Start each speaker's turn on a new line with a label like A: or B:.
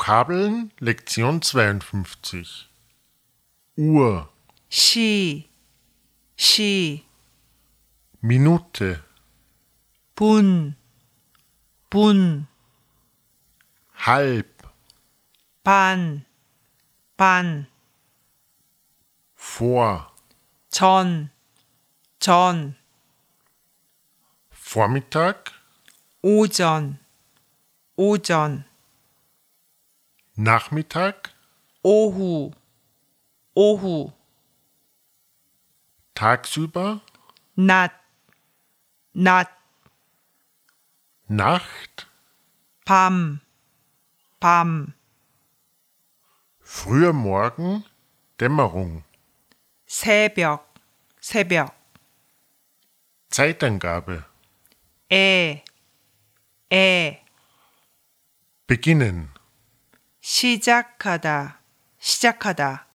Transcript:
A: Vokabeln Lektion 52 Uhr
B: 시, 시,
A: Minute
B: 분, 분,
A: halb
B: 반, 반,
A: vor
B: 전, 전,
A: Vormittag
B: 오전, 오전,
A: Nachmittag
B: 오후, 오후,
A: tagsüber
B: 낮, 낮,
A: Nacht
B: 밤, 밤,
A: früher Morgen Dämmerung
B: 새벽, 새벽,
A: Zeitangabe
B: 애, 애,
A: Beginnen
B: 시작하다, 시작하다.